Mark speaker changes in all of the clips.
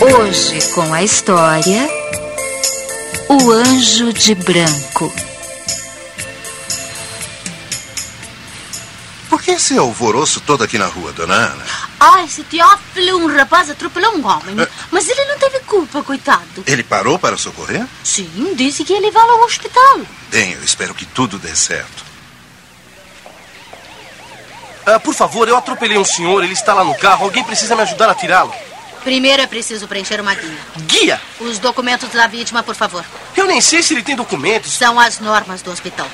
Speaker 1: Hoje com a história O Anjo de Branco.
Speaker 2: Por que esse alvoroço todo aqui na rua, dona Ana?
Speaker 3: Ah, esse Teófilo, um rapaz, atropelou um homem. Mas ele não teve culpa, coitado.
Speaker 2: Ele parou para socorrer?
Speaker 3: Sim, disse que ia levá-lo ao hospital.
Speaker 2: Bem, eu espero que tudo dê certo.
Speaker 4: Ah, por favor, eu atropelei um senhor, ele está lá no carro, alguém precisa me ajudar a tirá-lo.
Speaker 3: Primeiro é preciso preencher uma guia.
Speaker 4: Guia!
Speaker 3: Os documentos da vítima, por favor.
Speaker 4: Eu nem sei se ele tem documentos.
Speaker 3: São as normas do hospital.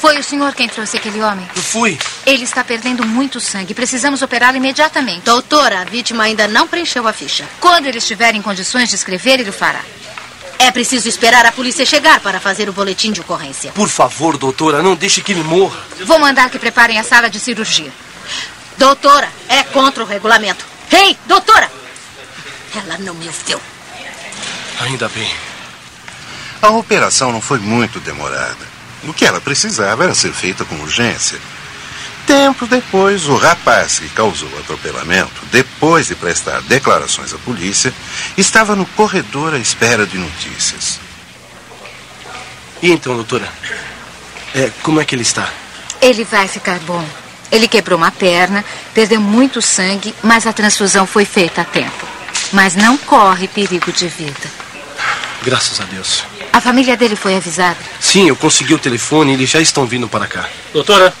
Speaker 5: Foi o senhor quem trouxe aquele homem.
Speaker 4: Eu fui.
Speaker 5: Ele está perdendo muito sangue. Precisamos operá-lo imediatamente.
Speaker 3: Doutora, a vítima ainda não preencheu a ficha.
Speaker 5: Quando ele estiver em condições de escrever, ele o fará.
Speaker 3: É preciso esperar a polícia chegar para fazer o boletim de ocorrência.
Speaker 4: Por favor, doutora, não deixe que ele morra.
Speaker 5: Vou mandar que preparem a sala de cirurgia.
Speaker 3: Doutora, é contra o regulamento. Ei, doutora! Ela não me ouviu.
Speaker 4: Ainda bem.
Speaker 2: A operação não foi muito demorada. O que ela precisava era ser feita com urgência. Tempo depois, o rapaz que causou o atropelamento, depois de prestar declarações à polícia, estava no corredor à espera de notícias.
Speaker 4: E então, doutora? É, como é que ele está?
Speaker 5: Ele vai ficar bom. Ele quebrou uma perna, perdeu muito sangue, mas a transfusão foi feita a tempo. Mas não corre perigo de vida.
Speaker 4: Graças a Deus.
Speaker 5: A família dele foi avisada.
Speaker 4: Sim, eu consegui o telefone, eles já estão vindo para cá.
Speaker 6: Doutora,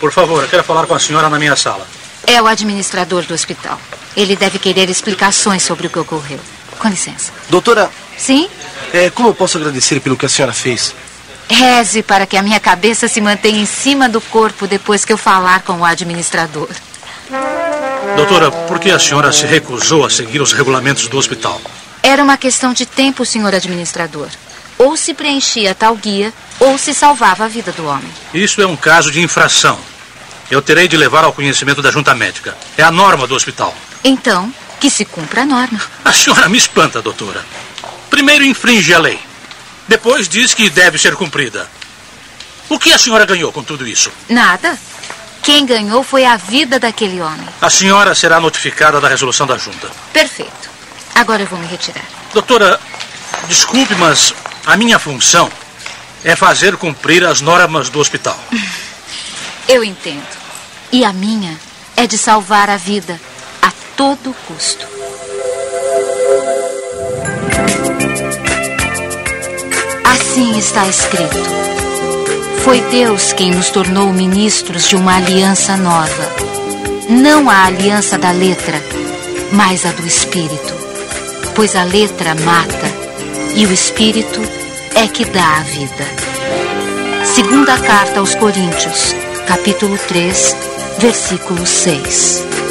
Speaker 6: por favor, eu quero falar com a senhora na minha sala.
Speaker 5: É o administrador do hospital. Ele deve querer explicações sobre o que ocorreu. Com licença.
Speaker 4: Doutora,
Speaker 5: Sim?
Speaker 4: é, como eu posso agradecer pelo que a senhora fez?
Speaker 5: Reze para que a minha cabeça se mantenha em cima do corpo depois que eu falar com o administrador.
Speaker 6: Doutora, por que a senhora se recusou a seguir os regulamentos do hospital?
Speaker 5: Era uma questão de tempo, senhor administrador. Ou se preenchia tal guia, ou se salvava a vida do homem.
Speaker 6: Isso é um caso de infração. Eu terei de levar ao conhecimento da junta médica. É a norma do hospital.
Speaker 5: Então, que se cumpra a norma.
Speaker 6: A senhora me espanta, doutora. Primeiro infringe a lei. Depois diz que deve ser cumprida. O que a senhora ganhou com tudo isso?
Speaker 5: Nada. Quem ganhou foi a vida daquele homem.
Speaker 6: A senhora será notificada da resolução da junta.
Speaker 5: Perfeito. Agora eu vou me retirar.
Speaker 6: Doutora, desculpe, mas a minha função é fazer cumprir as normas do hospital.
Speaker 5: Eu entendo. E a minha é de salvar a vida a todo custo. Assim está escrito. Foi Deus quem nos tornou ministros de uma aliança nova. Não a aliança da letra, mas a do espírito. Pois a letra mata e o espírito é que dá a vida. Segunda carta aos Coríntios, capítulo 3, versículo 6.